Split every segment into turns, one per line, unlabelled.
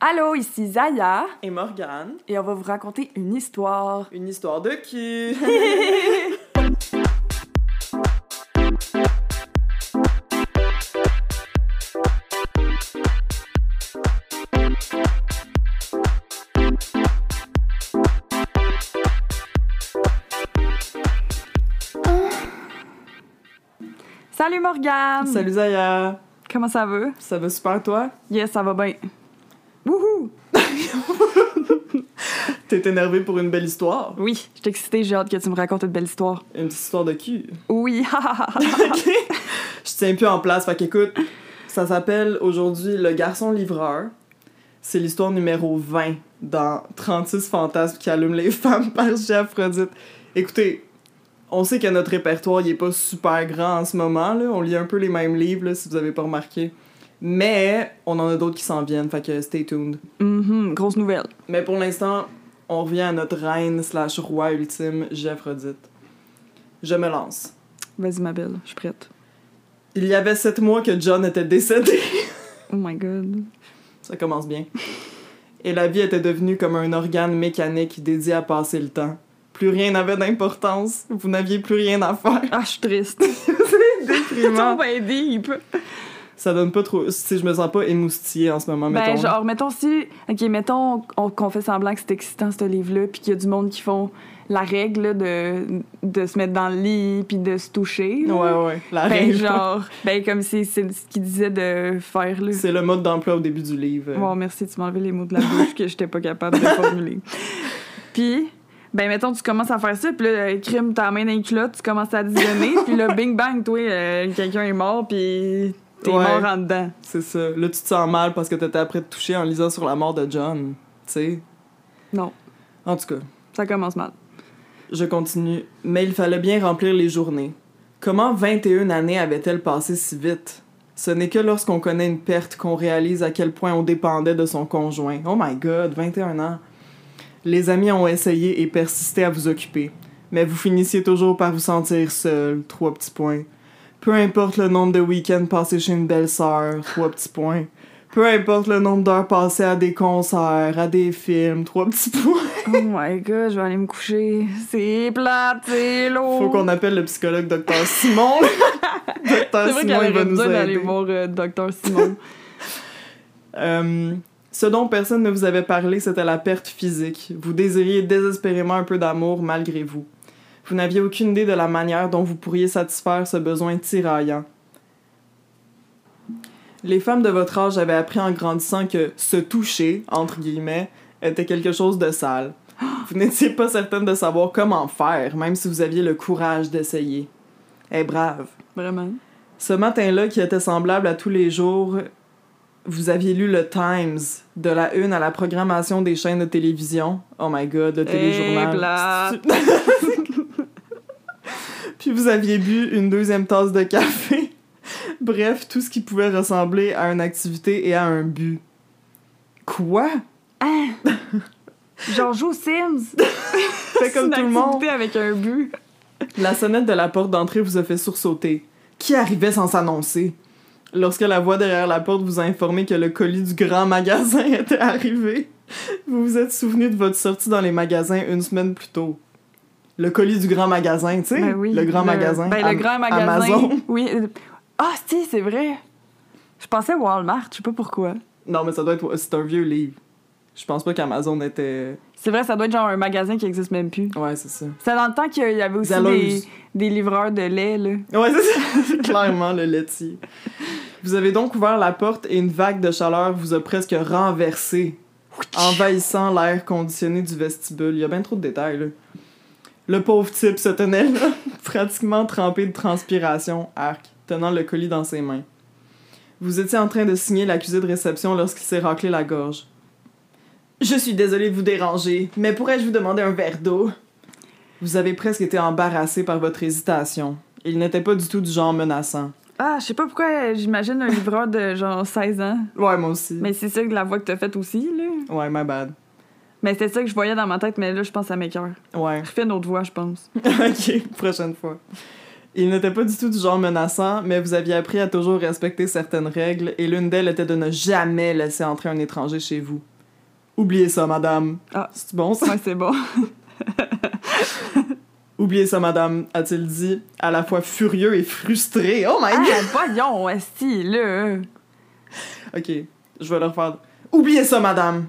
Allô, ici Zaya
et Morgane.
et on va vous raconter une histoire.
Une histoire de qui
Salut Morgane!
Salut Zaya.
Comment ça va?
Ça va super toi
Yes, ça va bien. Wouhou!
T'es énervé pour une belle histoire
Oui, je suis excitée, j'ai hâte que tu me racontes une belle histoire.
Une petite histoire de qui
Oui, ha, ha, ha, ha.
Ok. Je tiens plus en place. Fait qu'écoute, ça s'appelle aujourd'hui Le garçon livreur. C'est l'histoire numéro 20 dans 36 fantasmes qui allument les femmes par chez Aphrodite. Écoutez, on sait que notre répertoire il est pas super grand en ce moment. Là. On lit un peu les mêmes livres, là, si vous avez pas remarqué. Mais on en a d'autres qui s'en viennent, fait que stay tuned.
Mhm, grosse nouvelle.
Mais pour l'instant, on revient à notre reine slash roi ultime, Géphrodite. Je me lance.
Vas-y, ma belle, je suis prête.
Il y avait sept mois que John était décédé.
Oh my god.
Ça commence bien. Et la vie était devenue comme un organe mécanique dédié à passer le temps. Plus rien n'avait d'importance. Vous n'aviez plus rien à faire.
Ah, je suis triste.
Déprimant.
bien deep.
Ça donne pas trop. Si je me sens pas émoustillée en ce moment,
Ben,
mettons.
genre, mettons si. Ok, mettons on- qu'on fait semblant que c'est excitant ce livre-là, puis qu'il y a du monde qui font la règle là, de, de se mettre dans le lit, puis de se toucher. là.
Ouais, ouais. La
Ben,
règle.
genre, ben, comme c'est c'est ce qu'il disait de faire, là.
C'est le mode d'emploi au début du livre.
Bon, merci, tu m'as enlevé les mots de la bouche que j'étais pas capable de formuler. Puis, ben, mettons, tu commences à faire ça, puis là, euh, crime ta main dans les culottes, tu commences à visionner, puis là, bing bang, toi, euh, quelqu'un est mort, puis t'es
Ouais.
mort en dedans.
C'est ça. Là, tu te sens mal parce que t'étais après te toucher en lisant sur la mort de John. Tu sais.
Non,
En tout cas.
ça commence mal.
Je continue. Mais il fallait bien remplir les journées. Comment 21 années avaient-elles passé si vite? Ce n'est que lorsqu'on connaît une perte qu'on réalise à quel point on dépendait de son conjoint. Oh my god, 21 ans. Les amis ont essayé et persisté à vous occuper. Mais vous finissiez toujours par vous sentir seul. Trois petits points. Peu importe le nombre de week-ends passés chez une belle-sœur. Trois petits points. Peu importe le nombre d'heures passées à des concerts, à des films. Trois petits points.
Oh my god, je vais aller me coucher. C'est plate, c'est lourd.
Faut qu'on appelle le psychologue Dr. Simon.
C'est
Dr.
vrai
Simon,
qu'elle
il va
aurait
nous
besoin d'aller
aider.
voir euh, Dr. Simon.
Euh, ce dont personne ne vous avait parlé, c'était la perte physique. Vous désiriez désespérément un peu d'amour malgré vous. Vous n'aviez aucune idée de la manière dont vous pourriez satisfaire ce besoin tiraillant. Les femmes de votre âge avaient appris en grandissant que se toucher, entre guillemets, était quelque chose de sale. Vous n'étiez pas certaine de savoir comment faire, même si vous aviez le courage d'essayer. Eh brave.
Vraiment.
Ce matin-là, qui était semblable à tous les jours, vous aviez lu le Times, de la une à la programmation des chaînes de télévision. Oh my god, le téléjournal.
plate.
Puis vous aviez bu une deuxième tasse de café. Bref, tout ce qui pouvait ressembler à une activité et à un but. Quoi?
Hein? Genre, joue aux Sims.
Fait comme
C'est
tout
une
le monde.
activité avec un but.
La sonnette de la porte d'entrée vous a fait sursauter. Qui arrivait sans s'annoncer? Lorsque la voix derrière la porte vous a informé que le colis du grand magasin était arrivé, vous vous êtes souvenu de votre sortie dans les magasins une semaine plus tôt. Le colis du grand magasin, tu sais?
Ben oui,
le grand magasin.
Ben,
Am-
le grand magasin.
Amazon.
Oui. euh, Ah, si, c'est vrai. Je pensais Walmart, je sais pas pourquoi.
Non, mais ça doit être. C'est un vieux livre. Je pense pas qu'Amazon était.
C'est vrai, ça doit être genre un magasin qui existe même plus.
Ouais, c'est ça.
C'est dans le temps qu'il y avait aussi des,
Zalose.
des livreurs de lait, là.
Ouais, c'est ça. C'est clairement le laitier. Vous avez donc ouvert la porte et une vague de chaleur vous a presque renversé, envahissant l'air conditionné du vestibule. Il y a bien trop de détails, là. Le pauvre type se tenait là, pratiquement trempé de transpiration, arc, tenant le colis dans ses mains. Vous étiez en train de signer l'accusé de réception lorsqu'il s'est raclé la gorge. Je suis désolé de vous déranger, mais pourrais-je vous demander un verre d'eau? Vous avez presque été embarrassé par votre hésitation. Il n'était pas du tout du genre menaçant.
Ah, je sais pas pourquoi euh, j'imagine un livreur de genre 16 ans.
Ouais, moi aussi.
Mais c'est ça que la voix que t'as faite aussi, là.
Ouais, my bad.
Mais c'est ça que je voyais dans ma tête, mais là, je pense à mes cœurs.
Ouais.
Je fais une autre voix, je pense.
ok, prochaine fois. Il n'était pas du tout du genre menaçant, mais vous aviez appris à toujours respecter certaines règles, et l'une d'elles était de ne jamais laisser entrer un étranger chez vous. Oubliez ça, madame.
Ah.
C'est bon, ça?
Ouais, c'est bon.
Oubliez ça, madame, a-t-il dit, à la fois furieux et frustré. Oh my
Ah,
god!
voyons, esti, là. hein.
Ok, je vais le refaire. Oubliez ça, madame!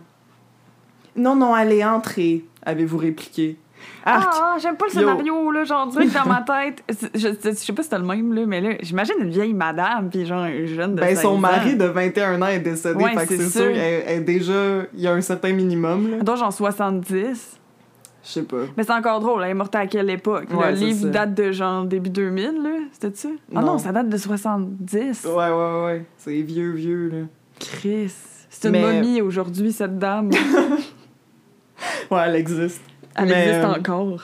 Non, non, allez, entrez, avez-vous répliqué. Arc!
Ah, j'aime pas le
Yo.
scénario, là. Genre, on dirait que dans ma tête. c'est- Je, je- je sais pas si c'est le même, là, mais là, j'imagine une vieille madame, puis genre, un jeune de
Ben,
16
son
ans.
mari de 21 ans est décédé,
Ouais,
fait que
c'est
c'est sûr,
sûr.
elle, elle est déjà. Il y a un certain minimum, là.
Donc, genre 70.
Je sais pas.
Mais c'est encore drôle, elle est morte à quelle époque?
Ouais,
le
c'est
livre
ça.
date de genre début 2000, là, c'était ça? Ah
Non.
non, ça date de 70.
Ouais, ouais, ouais. C'est vieux, vieux, là.
Chris. C'est une
Mais-
momie aujourd'hui, cette dame.
Ouais, elle existe.
Elle
Mais,
existe
euh,
encore.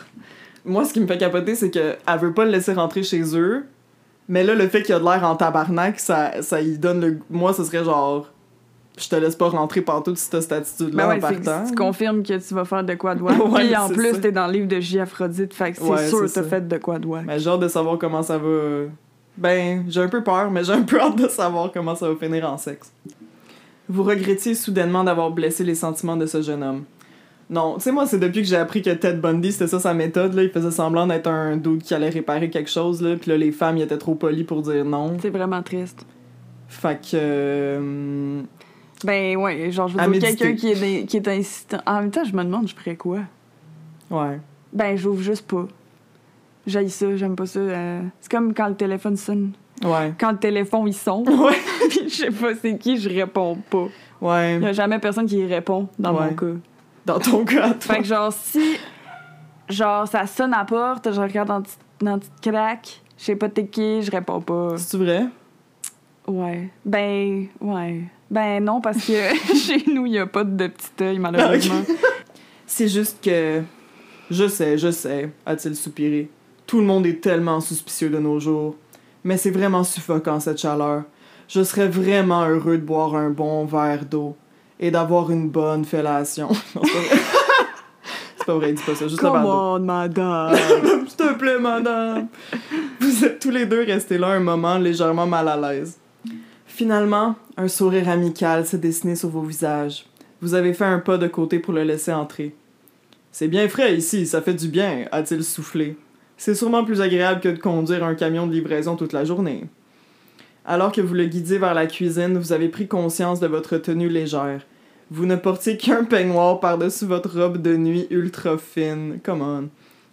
Moi, ce qui me fait capoter, c'est que elle veut pas le laisser rentrer chez eux. Mais là, le fait qu'il a de l'air en tabarnak, ça, ça y donne le. Moi, ce serait genre. Je te laisse pas rentrer partout si t'as cette attitude-là
Ben ouais,
en
c'est que
partant.
tu confirmes que tu vas faire de quoi de wack.
Ouais,
Puis en
c'est
plus,
ça.
t'es dans le livre de J. Aphrodite, fait que c'est
Ouais,
sûr que
c'est
t'as
ça.
fait de quoi de wack.
Mais j'ai hâte de savoir comment ça va. Ben, j'ai un peu peur, mais j'ai un peu hâte de savoir comment ça va finir en sexe. Vous regrettiez soudainement d'avoir blessé les sentiments de ce jeune homme. Non, tu sais, moi, c'est depuis que j'ai appris que Ted Bundy, c'était ça sa méthode, là. Il faisait semblant d'être un dude qui allait réparer quelque chose, là. Puis là, les femmes, ils étaient trop polies pour dire non.
C'est vraiment triste.
Fait que. euh,
Ben ouais, genre, je
À
veux dire,
méditer.
quelqu'un qui est, des- qui est insistant. En même temps, je me demande, je ferais quoi?
ouais.
Ben, j'ouvre juste pas. J'aille ça, j'aime pas ça. euh, C'est comme quand le téléphone sonne.
Ouais.
Quand le téléphone, il sonne.
Ouais.
Puis je sais pas c'est qui, je réponds pas. Il y
Ouais.
a jamais personne qui y répond dans
Ouais.
mon cas.
Dans ton cas, à toi.
Fait que genre si genre ça sonne à la porte, je regarde en petit- dans petite craque, je sais pas t'es qui, je réponds pas.
C'est vrai?
Ouais. Ben ouais. Ben non parce que chez nous il y a pas de petit œil malheureusement.
C'est juste que. Je sais, je sais, a-t-il soupiré. Tout le monde est tellement suspicieux de nos jours. Mais c'est vraiment suffocant cette chaleur. Je serais vraiment heureux de boire un bon verre d'eau et d'avoir une bonne fellation. Non, c'est pas vrai. c'est pas vrai, dis pas ça, juste le verre
Come
d'eau.
on madame.
S'il te plaît, madame. Vous êtes tous les deux restés là un moment légèrement mal à l'aise. Finalement, un sourire amical s'est dessiné sur vos visages. Vous avez fait un pas de côté pour le laisser entrer. C'est bien frais ici, ça fait du bien, a-t-il soufflé. C'est sûrement plus agréable que de conduire un camion de livraison toute la journée. Alors que vous le guidiez vers la cuisine, vous avez pris conscience de votre tenue légère. Vous ne portiez qu'un peignoir par-dessus votre robe de nuit ultra fine. Come on.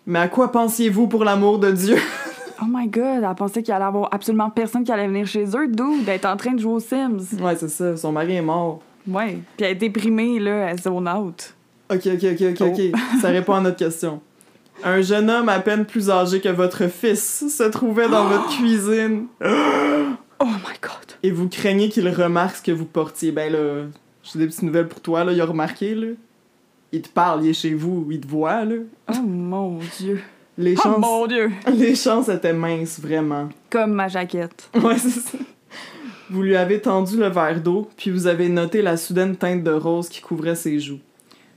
Mais à quoi pensiez-vous pour l'amour de Dieu?
Oh my god, elle pensait qu'il allait avoir absolument personne qui allait venir chez eux, d'où d'être en train de jouer aux Sims.
Ouais, c'est ça, son mari est mort.
Ouais. Puis elle est déprimée là, elle zone out.
Ok, ok, ok, ok, ok. Ça répond à notre question. Un jeune homme à peine plus âgé que votre fils se trouvait dans votre cuisine
Oh my god.
et vous craignez qu'il remarque ce que vous portiez. Ben là, j'ai des petites nouvelles pour toi, là, il a remarqué, là. Il te parle, il est chez vous, il te voit, là.
Oh mon dieu.
Les
Oh
chances,
mon dieu.
les chances étaient minces, vraiment.
Comme ma jaquette.
Ouais, c'est ça. Vous lui avez tendu le verre d'eau, puis vous avez noté la soudaine teinte de rose qui couvrait ses joues.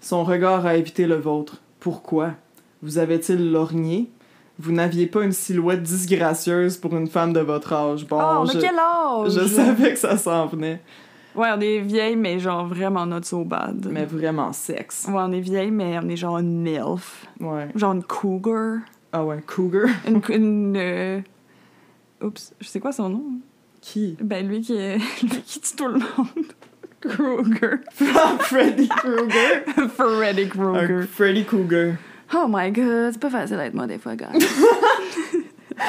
Son regard a évité le vôtre. Pourquoi Vous avait-il lorgné Vous n'aviez pas une silhouette disgracieuse pour une femme de votre âge. Bon,
Oh, on a
je,
quel âge?
je savais que ça s'en venait.
Ouais, on est vieille, mais genre vraiment not so bad.
Mais vraiment sexe.
Ouais, on est vieille, mais on est genre une MILF.
Ouais.
Genre une cougar.
Ah ouais, cougar.
Une. cou- une euh, Oups, je sais quoi son nom?
Qui
Ben, lui qui, est... lui qui tue tout le monde. Krueger.
Ah, Freddy Krueger.
Freddy
Un
Krueger.
Freddy Cougar.
Oh my god, c'est pas facile d'être moi des fois, guys.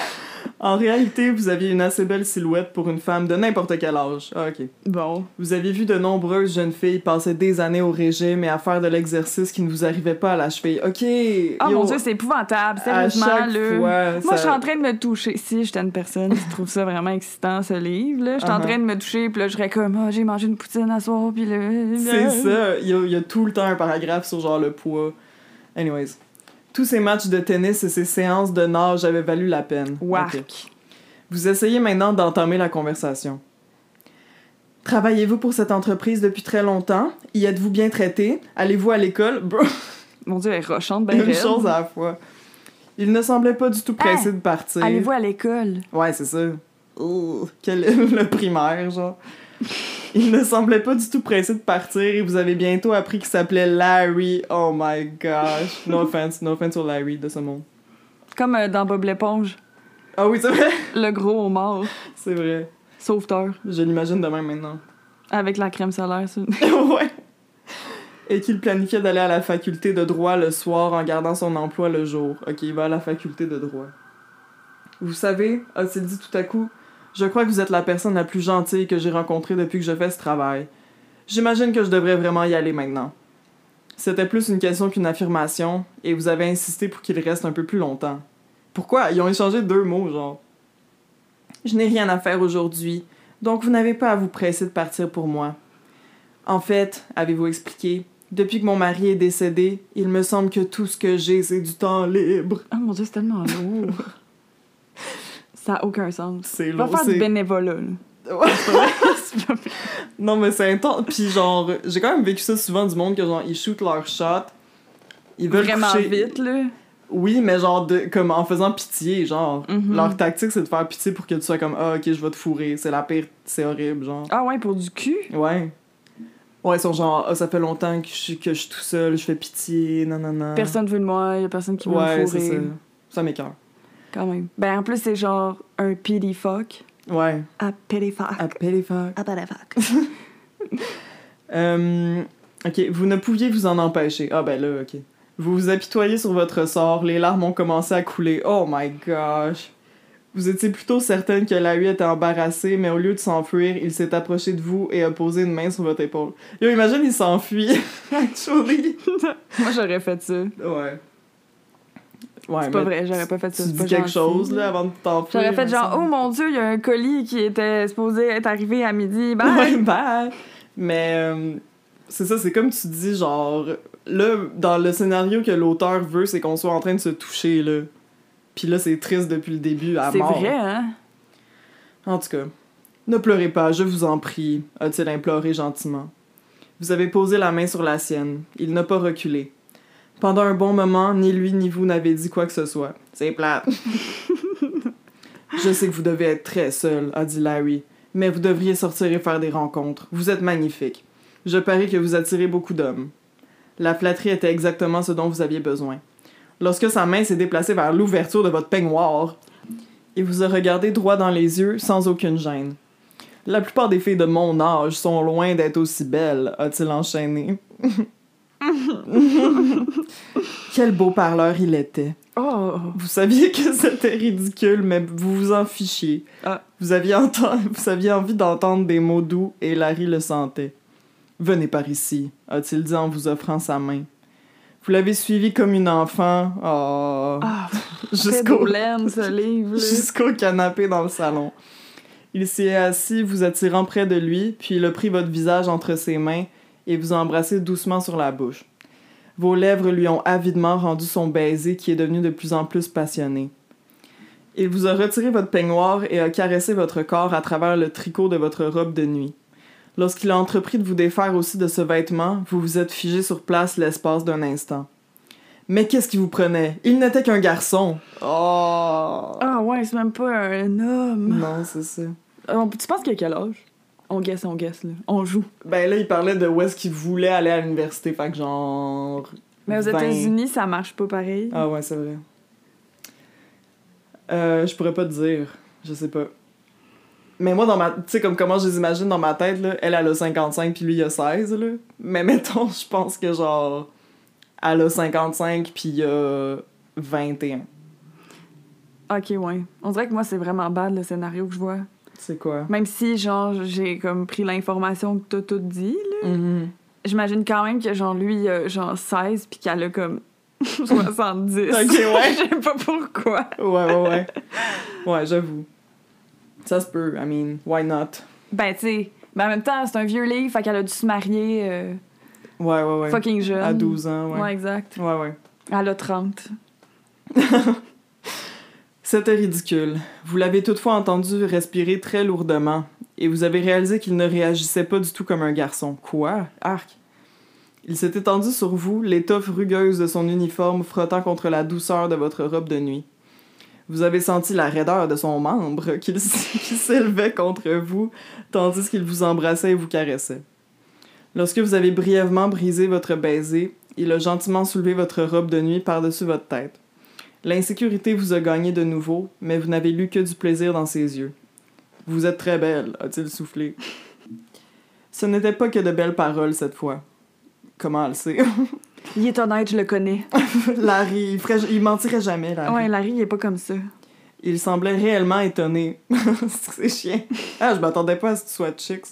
En réalité, vous aviez une assez belle silhouette pour une femme de n'importe quel âge. Ah, ok.
bon.
Vous avez vu de nombreuses jeunes filles passer des années au régime et à faire de l'exercice qui ne vous arrivait pas à la cheville. OK.
Oh
yo,
mon dieu, c'est épouvantable,
à
sérieusement,
chaque
là.
fois,
Moi,
ça-
je suis en train de me toucher. Si j'étais une personne qui trouve ça vraiment excitant, ce livre, là, je suis en
Uh-huh.
train de me toucher, puis là, je serais comme, ah, j'ai mangé une poutine à soir, puis là.
C'est
là.
ça. Il y, a, il y a tout le temps un paragraphe sur genre le poids. Anyways. Tous ces matchs de tennis et ces séances de nage avaient valu la peine.
Whack.
OK. Vous essayez maintenant d'entamer la conversation. Travaillez-vous pour cette entreprise depuis très longtemps? Y êtes-vous bien traité? Allez-vous à l'école? Bro,
Mon Dieu, elle est rochante, ben
une
raide. Hein?
chose à la fois. Il ne semblait pas du tout pressé de partir.
Allez-vous à l'école?
Ouais, c'est ça. Quel le primaire, genre. Il ne semblait pas du tout pressé de partir et vous avez bientôt appris qu'il s'appelait Larry. Oh my gosh. No offense, no offense au Larry de ce monde.
Comme euh, dans Bob l'éponge,
Ah oui, c'est vrai.
le gros homard,
C'est vrai.
sauveteur,
Je l'imagine demain maintenant.
avec la crème solaire. sur-
ouais. Et qu'il planifiait d'aller à la faculté de droit le soir en gardant son emploi le jour. Ok, il va à la faculté de droit. Vous savez, a-t-il dit tout à coup, je crois que vous êtes la personne la plus gentille que j'ai rencontrée depuis que je fais ce travail. J'imagine que je devrais vraiment y aller maintenant. C'était plus une question qu'une affirmation, et vous avez insisté pour qu'il reste un peu plus longtemps. Pourquoi Ils ont échangé deux mots, genre. Je n'ai rien à faire aujourd'hui, donc vous n'avez pas à vous presser de partir pour moi. En fait, avez-vous expliqué, depuis que mon mari est décédé, il me semble que tout ce que j'ai, c'est du temps libre.
Ah mon dieu, c'est tellement lourd. Ça a aucun sens.
C'est
Va
lourd,
faire du
c'est...
bénévolat. là. C'est pas-
non, mais c'est intense. Puis genre, j'ai quand même vécu ça souvent du monde que genre, ils shootent leur shot, ils veulent
Vraiment
coucher-
vite, là.
Oui, mais genre, de, comme en faisant pitié, genre.
Mhm.
Leur tactique, c'est de faire pitié pour que tu sois comme « Ah, ok, je vais te fourrer, c'est la pire, c'est horrible, genre.
Ah ouais, pour du cul? »
Ouais. Ouais, ils sont genre « Ah, ça fait longtemps que je, suis- que je suis tout seul, je fais pitié, nanana. »
Personne veut de moi, y a personne qui veut
Ah. Ouais,
me
c'est ça.
fourrer.
Ça m'écoeure.
Quand même. Ben en plus, c'est genre un pity fuck.
Ouais.
À pity fuck.
Appelez fuck.
À pity fuck.
Euh, ok, vous ne pouviez vous en empêcher. Ah ben là, ok. Vous vous apitoyez sur votre sort, les larmes ont commencé à couler. Oh my gosh. Vous étiez plutôt certaine que Larry était embarrassé, mais au lieu de s'enfuir, il s'est approché de vous et a posé une main sur votre épaule. Yo, imagine, il s'enfuit. Actually.
Moi, j'aurais fait ça.
Ouais. Ouais,
c'est pas
mais
vrai, j'aurais pas fait ça.
Tu
c'est pas
dis quelque
gentil.
chose, là, avant de t'enfuir.
J'aurais fait
il
genre, oh
me
mon dieu, il y a un colis qui était supposé être arrivé à midi.
semble.
Bye!
Ouais, bye. Mais euh, c'est ça, c'est comme tu dis, genre, là, dans le scénario que l'auteur veut, c'est qu'on soit en train de se toucher, là. Puis là, c'est triste depuis le début, à
c'est
mort.
vrai, hein?
En tout cas, ne pleurez pas, je vous en prie, a-t-il imploré gentiment. Vous avez posé la main sur la sienne. Il n'a pas reculé. Pendant un bon moment, ni lui ni vous n'avez dit quoi que ce soit. C'est plate. je sais que vous devez être très seul, a dit Larry, mais vous devriez sortir et faire des rencontres. Vous êtes magnifique. Je parie que vous attirez beaucoup d'hommes. La flatterie était exactement ce dont vous aviez besoin. Lorsque sa main s'est déplacée vers l'ouverture de votre peignoir, il vous a regardé droit dans les yeux sans aucune gêne. La plupart des filles de mon âge sont loin d'être aussi belles, a-t-il enchaîné. Quel beau parleur il était.
Oh!
Vous saviez que c'était ridicule, mais vous vous en fichiez.
Ah.
Vous, aviez enten- vous aviez envie d'entendre des mots doux et Larry le sentait. Venez par ici, a-t-il dit en vous offrant sa main. Vous l'avez suivi comme une enfant, oh,
Ah, c'est
jusqu'au
laine, ce livre. là.
jusqu'au canapé dans le salon. Il s'y est assis, vous attirant près de lui, puis il a pris votre visage entre ses mains et vous a embrassé doucement sur la bouche. Vos lèvres lui ont avidement rendu son baiser qui est devenu de plus en plus passionné. Il vous a retiré votre peignoir et a caressé votre corps à travers le tricot de votre robe de nuit. Lorsqu'il a entrepris de vous défaire aussi de ce vêtement, vous vous êtes figé sur place l'espace d'un instant. Mais qu'est-ce qui vous prenait Il n'était qu'un garçon. Oh
Ah ouais, c'est même pas un homme. Euh,
non, c'est ça.
On- tu penses qu'il a quel âge? On guesse, on guesse, là. On joue.
Ben là, il parlait de où est-ce qu'il voulait aller à l'université, fait que genre...
Mais aux
vingt.
États-Unis, ça marche pas pareil.
Ah ouais, c'est vrai. Euh, je pourrais pas te dire, je sais pas. Mais moi, dans ma... Tu sais, comme comment je les imagine dans ma tête, là, elle, elle a 55, puis lui, il a 16, là. Mais mettons, je pense que genre... Elle a 55, puis il a 21.
Ok, ouais. On dirait que moi, c'est vraiment bad le scénario que je vois.
C'est quoi?
Même si, genre, j'ai comme pris l'information que t'as tout dit, là.
Mhm.
J'imagine quand même que, genre, lui, il a genre 16 puis qu'elle a comme 70.
Ok, ouais.
Je sais pas pourquoi.
Ouais, ouais, ouais. ouais, j'avoue. Ça se peut, I mean, why not?
Ben, tu sais. Mais en même temps, c'est un vieux livre, fait qu'elle a dû se marier euh,
Ouais, ouais, ouais.
fucking jeune.
À 12 ans,
Ouais.
ouais.
exact.
Ouais, ouais.
Elle a 30.
C'était ridicule. Vous l'avez toutefois entendu respirer très lourdement, et vous avez réalisé qu'il ne réagissait pas du tout comme un garçon. Quoi? Arc! Il s'est étendu sur vous, l'étoffe rugueuse de son uniforme frottant contre la douceur de votre robe de nuit. Vous avez senti la raideur de son membre qu'il s- qui s'élevait contre vous, tandis qu'il vous embrassait et vous caressait. Lorsque vous avez brièvement brisé votre baiser, il a gentiment soulevé votre robe de nuit par-dessus votre tête. L'insécurité vous a gagné de nouveau, mais vous n'avez lu que du plaisir dans ses yeux. Vous êtes très belle, a-t-il soufflé. Ce n'était pas que de belles paroles cette fois. Comment elle le sait?
Il est honnête, je le connais.
Larry, il, ferait- il mentirait jamais, Larry.
Ouais, Larry, il est pas comme ça.
Il semblait réellement étonné. C'est chiant. Ah, je m'attendais pas à ce que tu sois chicks.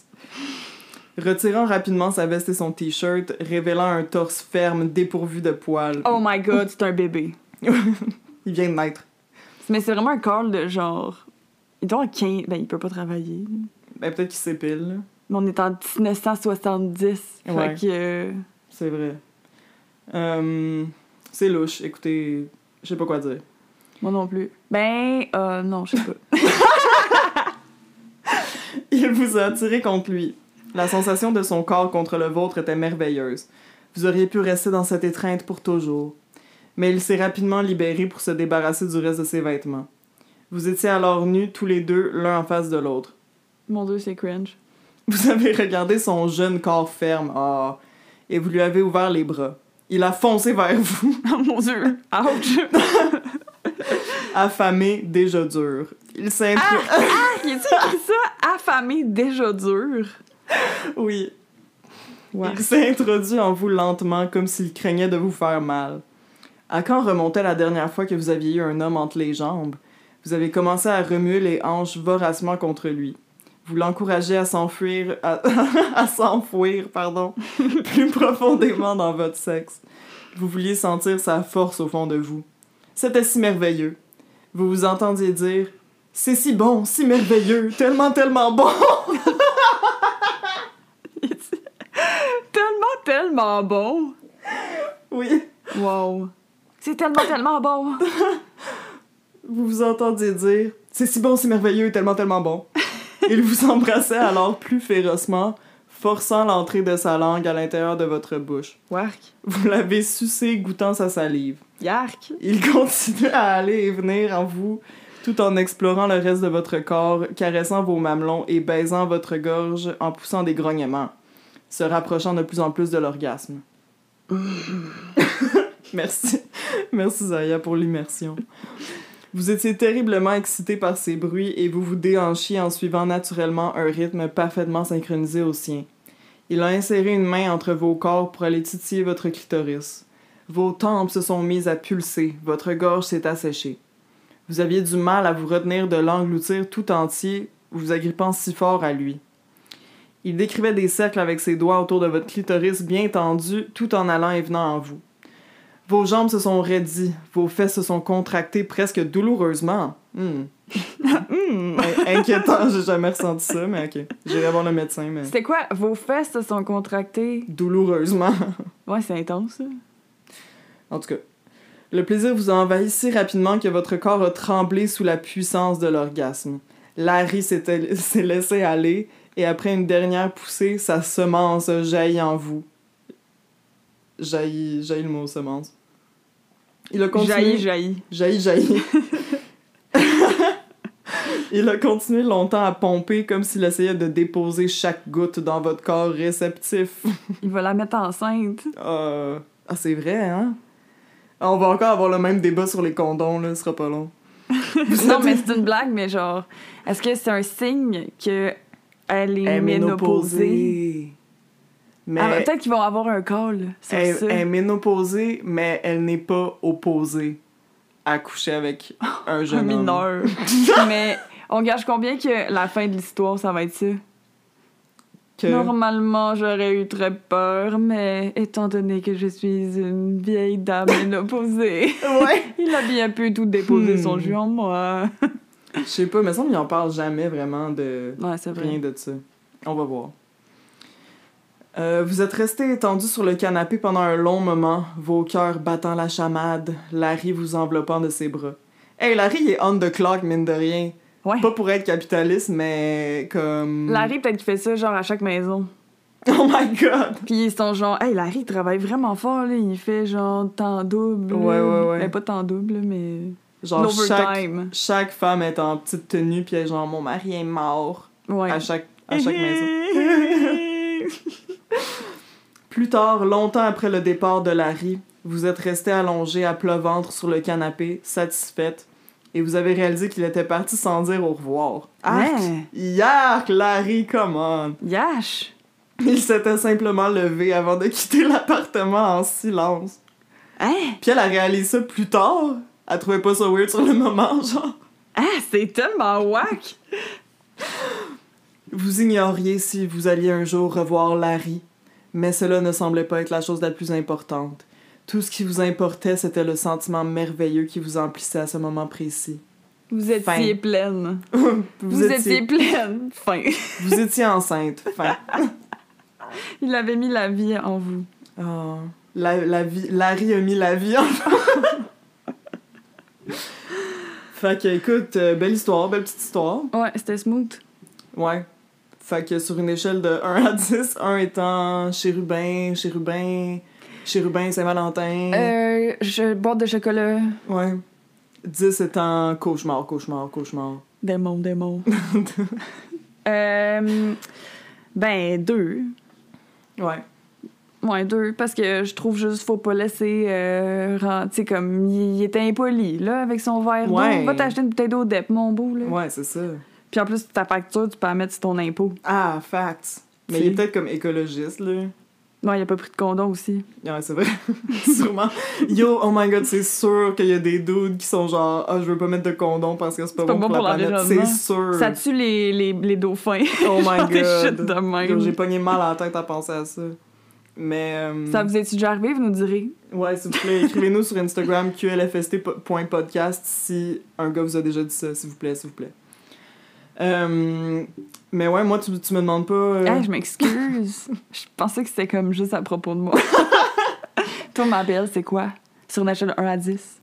Retirant rapidement sa veste et son t-shirt, révélant un torse ferme dépourvu de poils.
Oh my god, c'est un bébé.
Il vient de naître.
Mais c'est vraiment un call de genre. Il doit avoir 15. Ben, il peut pas travailler.
Ben, peut-être qu'il s'épile, là.
Mais on est en 1970. Fait
Ouais.
que. euh,
C'est vrai. Euh, c'est louche. Écoutez, je sais pas quoi dire.
Moi non plus. Ben, euh, non, je sais pas.
Il vous a attiré contre lui. La sensation de son corps contre le vôtre était merveilleuse. Vous auriez pu rester dans cette étreinte pour toujours. Mais il s'est rapidement libéré pour se débarrasser du reste de ses vêtements. Vous étiez alors nus tous les deux, l'un en face de l'autre.
Mon dieu, c'est cringe.
Vous avez regardé son jeune corps ferme, ah, et vous lui avez ouvert les bras. Il a foncé vers vous,
Oh mon dieu. Ouch.
affamé, déjà dur. Il s'est
Ah! Ah! Il a écrit ça? Affamé déjà dur.
Oui,
Ouais.
Il s'est introduit en vous lentement, comme s'il craignait de vous faire mal. À quand remontait la dernière fois que vous aviez eu un homme entre les jambes? Vous avez commencé à remuer les hanches voracement contre lui. Vous l'encouragez à s'enfuir, à, à s'enfouir, pardon, plus profondément dans votre sexe. Vous vouliez sentir sa force au fond de vous. C'était si merveilleux. Vous vous entendiez dire C'est si bon, si merveilleux, tellement, tellement bon.
Il dit- tellement, tellement bon.
Oui.
Wow. C'est tellement, tellement bon.
Vous vous entendiez dire C'est si bon, c'est merveilleux, et tellement, tellement bon. Il vous embrassait alors plus férocement, forçant l'entrée de sa langue à l'intérieur de votre bouche.
Wark.
Vous l'avez sucé, goûtant sa salive.
Yark.
Il continue à aller et venir en vous, tout en explorant le reste de votre corps, caressant vos mamelons et baisant votre gorge en poussant des grognements, se rapprochant de plus en plus de l'orgasme. Merci. Merci Zaya pour l'immersion. Vous étiez terriblement excité par ces bruits et vous vous déhanchiez en suivant naturellement un rythme parfaitement synchronisé au sien. Il a inséré une main entre vos corps pour aller titiller votre clitoris. Vos tempes se sont mises à pulser, votre gorge s'est asséchée. Vous aviez du mal à vous retenir de l'engloutir tout entier, vous agrippant si fort à lui. Il décrivait des cercles avec ses doigts autour de votre clitoris bien tendu, tout en allant et venant en vous. Vos jambes se sont raidies, vos fesses se sont contractées presque douloureusement. Hmm. Hmm, in- Inquiétant, j'ai jamais ressenti ça, mais ok. J'irai voir le médécin, mais.
C'était quoi? Vos fesses se sont contractées.
Douloureusement.
Ouais, c'est intense, ça.
En tout cas, le plaisir vous a envahi si rapidement que votre corps a tremblé sous la puissance de l'orgasme. Larry s'était- s'est laissé aller et après une dernière poussée, sa semence a jailli en vous. Jaillit, jaillit le mot semence. Il a continué.
Jaillit, jaillit.
Jaillit, jaillit. Il a continué longtemps à pomper comme s'il essayait de déposer chaque goutte dans votre corps réceptif.
Il va la mettre enceinte.
Euh, Ah, c'est vrai, hein? Ah, On va encore avoir le même débat sur les condoms, là, ce sera pas long. Vous
non,
êtes-
mais c'est une blague, mais genre, est-ce que c'est un signe que elle est
Elle
ménopausée?
ménopausée.
Ah, ben,
Mais
Peut-être qu'ils vont avoir un call sur
elle,
ça.
elle est ménopausée, mais elle n'est pas opposée à coucher avec un
un
jeune homme.
mineur. mais on gage combien que la fin de l'histoire, ça va être ça?
Que-
Normalement, j'aurais eu très peur, mais étant donné que je suis une vieille dame ménopausée,
Ouais.
il a bien pu tout déposer
Hmm.
son jus en moi.
Je sais pas, mais ça, il en parle jamais vraiment de...
Ouais, c'est vrai.
Rien de ça. On va voir. Euh, vous êtes resté étendu sur le canapé pendant un long moment, vos cœurs battant la chamade, Larry vous enveloppant de ses bras. Hey, Larry il est on the clock, mine de rien.
Ouais.
Pas pour être capitaliste, mais comme.
Larry, peut-être qu'il fait ça, genre, à chaque maison.
Oh my god!
Puis ils sont genre, hey, Larry, il travaille vraiment fort, là. Il fait genre temps double.
Ouais,
là.
ouais, ouais.
Ben, pas temps double, là, mais.
Genre, chaque,
L'overtime.
chaque femme est en petite tenue, puis elle est genre, mon mari est mort
Ouais.
à chaque, à chaque maison. Plus tard, longtemps après le départ de Larry, vous êtes resté allongé à plat ventre sur le canapé, satisfaite, et vous avez réalisé qu'il était parti sans dire au revoir. Arc!
Ouais.
Yark, Larry, come on!
Yash!
Il s'était simplement levé avant de quitter l'appartement en silence.
Hein?
Puis elle a réalisé ça plus tard. Elle trouvait pas ça weird sur le moment, genre.
Ah, c'est tellement whack!
Vous ignoriez si vous alliez un jour revoir Larry, mais cela ne semblait pas être la chose la plus importante. Tout ce qui vous importait, c'était le sentiment merveilleux qui vous emplissait à ce moment précis.
Vous étiez
Fin.
pleine.
vous,
Vous,
étiez...
étiez pleine. Fin.
vous étiez enceinte. Fin.
Il avait mis la vie en vous.
Ah, la, la vie, Larry a mis la vie en Fait que, écoute, euh, belle histoire, belle petite histoire.
Ouais, c'était smooth.
Ouais. Fait que sur une échelle de 1 à 10, 1 étant chérubin, chérubin, chérubin, Saint-Valentin.
Euh, je boîte de chocolat.
Ouais. 10 étant cauchemar, cauchemar, cauchemar.
Démon, démon. euh, ben, deux.
Ouais.
Ouais, deux. Parce que je trouve juste faut pas laisser. Euh, ren- tu sais, comme il, il était impoli, là, avec son verre
Ouais.
d'eau. Va t'acheter une bouteille d'eau d'ep, mon beau, là.
Ouais, c'est ça.
Puis en plus, ta facture, tu peux la mettre sur ton impôt.
Ah, facts. Mais
Si.
il est peut-être comme écologiste, là.
Non, il a pas pris de condom aussi.
Ouais, c'est vrai. Sûrement. Yo, oh my god, c'est sûr qu'il y a des dudes qui sont genre, ah, je veux pas mettre de condom parce que c'est pas,
C'est pas
bon,
bon
pour la
pour
planète. C'est
l'environnement.
sûr.
Ça tue les, les, les dauphins.
Oh my
Genre Des shit
god.
de
Yo, J'ai
même.
pogné mal à la tête à penser à ça. Mais. euh,
Ça vous est-tu déjà arrivé? Vous nous direz.
Ouais, s'il vous plaît, écrivez-nous sur Instagram qlfst.podcast si un gars vous a déjà dit ça, s'il vous plaît, s'il vous plaît. Euh, mais ouais, moi, tu, tu me demandes pas. euh,
Ah, je m'excuse. je pensais que c'était comme juste à propos de moi. Toi, ma belle, c'est quoi? Sur une échelle de 1 à 10.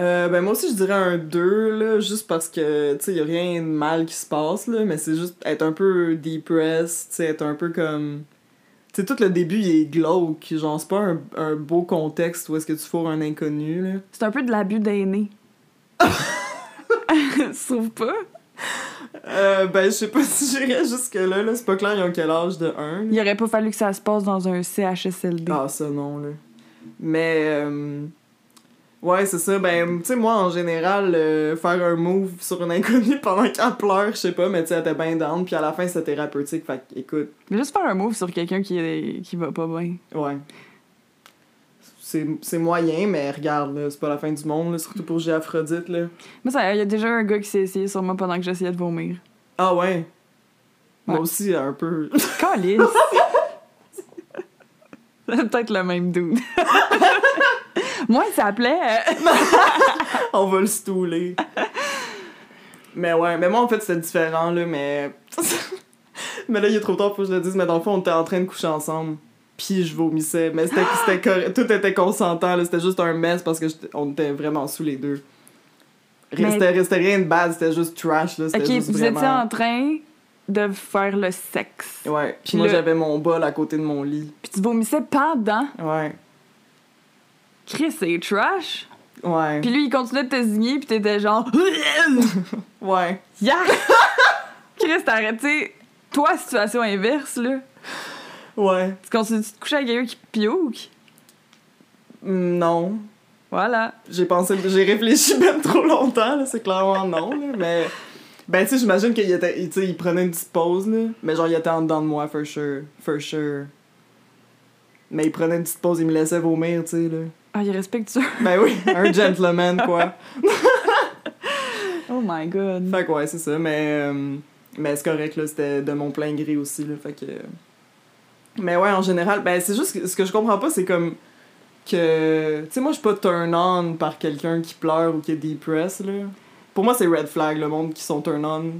euh, ben, moi aussi, je dirais un 2, là, juste parce que, tu sais, y a rien de mal qui se passe, là, mais c'est juste être un peu depressed, tu sais, être un peu comme. Tu sais, tout le début, il est glauque, genre, c'est pas un, un beau contexte où est-ce que tu fourres un inconnu, là.
C'est un peu de l'abus d'aîné. tu trouves pas?
Euh, ben, je sais pas si j'irais jusque-là, là, c'est pas clair, ils ont quel âge de 1.
Il aurait pas fallu que ça se passe dans un CHSLD.
Ah, ça non, là. Mais. euh, ouais, c'est ça. Ben, tu sais, moi, en général, euh, faire un move sur une inconnue pendant qu'elle pleure, je sais pas, mais tu sais, elle était bien down, puis à la fin, c'était thérapeutique. Fait que, écoute,
Mais Juste faire un move sur quelqu'un qui, est- qui va pas bien.
ouais. C'est c'est moyen, mais regarde, là, c'est pas la fin du monde, là, surtout pour J. Aphrodite, là.
Moi, ça, il y a déjà un gars qui s'est essayé sur moi pendant que j'essayais de vomir.
Ah ouais. Moi
Ouais.
aussi, un peu.
Calice! C'est peut-être le même dude. moi, il s'appelait... euh,
On va le stouler. mais ouais, mais moi en fait c'était différent là, mais. mais là il est trop tard pour que je le dise, mais dans le fond on était en train de coucher ensemble. Puis je vomissais, mais c'était, c'était correct, tout était consentant, là, c'était juste un mess parce que j'étais- on était vraiment sous les deux.
Mais-
Restait, restait rien de base, c'était juste trash là, c'était
Ok,
juste
vous étiez
vraiment.
en train de faire le sexe.
Ouais, puis
Puis
moi
le-
j'avais mon bol à côté de mon lit.
Puis tu vomissais pendant.
Ouais.
Chris, c'est trash.
Ouais.
Puis lui, il continuait de te zigner, puis t'étais genre.
Ouais.
Yeah! Chris, t'as arrêté. Toi, situation inverse, là.
Ouais.
Tu continues de te coucher avec quelqu'un qui pioque.
Hmm, Non.
Voilà.
J'ai pensé, j'ai réfléchi même trop longtemps, là, c'est clairement non, là, mais... Ben, tu sais, j'imagine qu'il était, il- tu sais, il prenait une petite pause, là, mais genre, il était en dedans de moi, for sure, for sure. Mais il prenait une petite pause, il me laissait vomir, tu sais, là.
Ah, il est respectueux.
Ben oui, un gentleman, quoi.
Oh my god.
Fait que ouais, c'est ça, mais... euh, mais c'est correct, là, c'était de mon plein gré aussi, là, fait que... Mais ouais, en général, ben, c'est juste que ce que je comprends pas, c'est comme que... Tu sais, moi, je suis pas turn on par quelqu'un qui pleure ou qui est depressed, là. Pour moi, c'est red flag, le monde qui sont turn on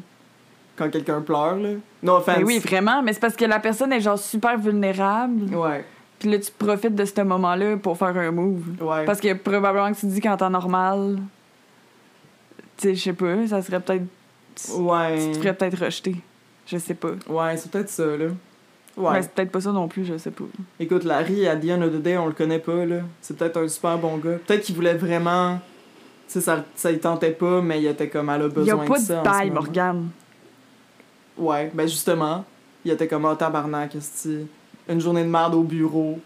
quand quelqu'un pleure, là. Non offense.
Mais Ben oui, vraiment, mais c'est parce que la personne est genre super vulnérable.
Ouais,
Puis là, tu profites de ce moment-là pour faire un move.
ouais.
Parce que probablement que tu dis qu'en temps normal, tu sais, je sais pas, ça serait peut-être. Tu te
Ouais.
ferais peut-être rejeter. Je sais pas.
Ouais, c'est peut-être ça, là. Ouais.
Mais c'est peut-être pas ça non plus, je sais pas.
Écoute, Larry, à The End of the Day, on le connaît pas, là. C'est peut-être un super bon gars. Peut-être qu'il voulait vraiment... sais, ça, ça y tentait pas, mais il était comme, elle a
Il n'y a
besoin
pas
de ça.
de
en
taille,
ce moment.
Morgane.
Ouais, ben justement, il était comme, ah, tabarnak, esti. Une journée de merde au bureau.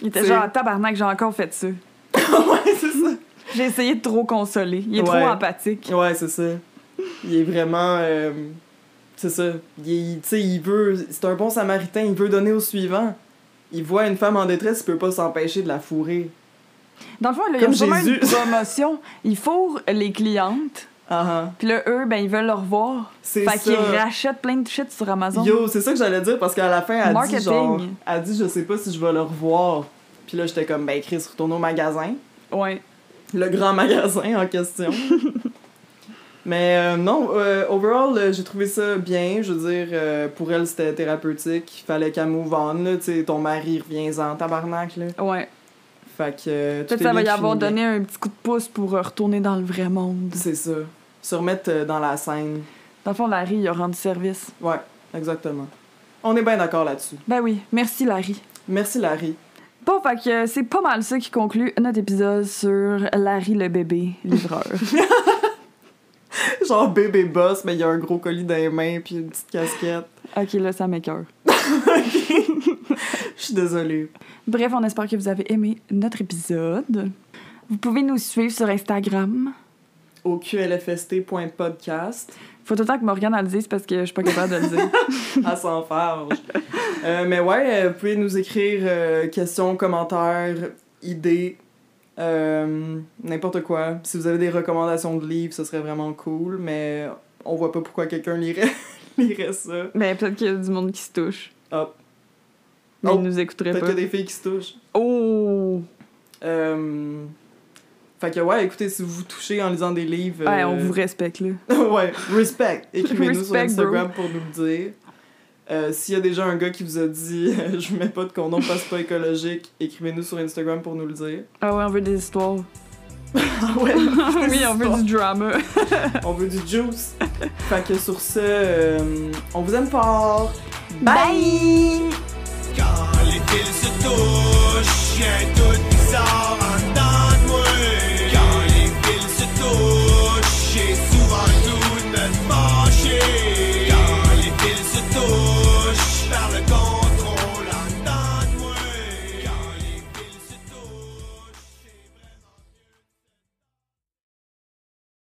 Il était
C'est-
genre, tabarnak, j'ai encore fait ça.
ouais, c'est ça.
J'ai essayé de trop consoler. Il est
Ouais.
trop empathique.
Ouais, c'est ça. Il est vraiment. euh, c'est ça. Il, est- tu sais, il veut. C'est un bon samaritain, il veut donner au suivant. Il voit une femme en détresse, il peut pas s'empêcher de la fourrer.
Dans le fond, là, il y a
Comme
vraiment
Jésus.
une promotion. Ils fourrent les clientes.
Ah ah.
Puis là, eux, ben, ils veulent leur voir.
C'est
Fait qu'ils
ça.
rachètent plein de shit sur Amazon.
Yo, c'est ça que j'allais dire parce qu'à la fin, elle
Marketing.
dit genre. Elle dit, je sais pas si je vais le revoir. Puis là, j'étais comme, ben Chris, retourne au magasin.
Ouais.
Le grand magasin en question. Mais euh, non, euh, overall, euh, j'ai trouvé ça bien. Je veux dire, euh, pour elle, c'était thérapeutique. Il fallait qu'elle move on. Là, tu sais, ton mari revient-en, tabarnak. Là.
Ouais.
Fait que. euh, tout
Peut-être
est
ça va
bien
y
fini
avoir
bien.
donné un petit coup de pouce pour euh, retourner dans le vrai monde.
C'est ça. Se remettre euh, dans la scène.
Dans le fond, Larry, il a rendu service.
Ouais, exactement. On est bien d'accord là-dessus.
Ben oui, merci Larry.
Merci, Larry.
Bon, fait que euh, c'est pas mal ça qui conclut notre épisode sur Larry le bébé livreur.
Genre bébé boss, mais il y a un gros colis dans les mains puis une petite casquette.
ok, là, ça m'écoeure.
Je suis désolée.
Bref, on espère que vous avez aimé notre épisode. Vous pouvez nous suivre sur Instagram.
Au qlfst.podcast.
Faut tout le temps que Morgane elle le dise parce que je suis pas capable de le dire.
à s'en faire. Euh, mais ouais, euh, vous pouvez nous écrire euh, questions, commentaires, idées, euh, n'importe quoi. Si vous avez des recommandations de livres, ce serait vraiment cool, mais on voit pas pourquoi quelqu'un lirait, lirait ça.
Mais peut-être qu'il y a du monde qui se touche.
Hop.
Mais
Oh,
ils nous écouteraient
Peut-être
pas.
qu'il y a des filles qui se touchent.
Oh!
Euh, Fait que ouais, écoutez, si vous vous touchez en lisant des livres...
Ouais, on
euh,
vous respecte, là.
ouais, respect. Écrivez-nous sur
Respect,
Instagram pour nous le dire. Euh, S'il y a déjà un gars qui vous a dit euh, je mets pas de condom parce que c'est pas écologique, écrivez-nous sur Instagram pour nous le dire.
Ah ouais, on veut des histoires.
Ah ouais,
oui, on veut du drama.
on veut du juice. fait que sur ce, euh, on vous aime fort.
Bye!
Car les fils se touchent, y'a un doute bizarre en dedans.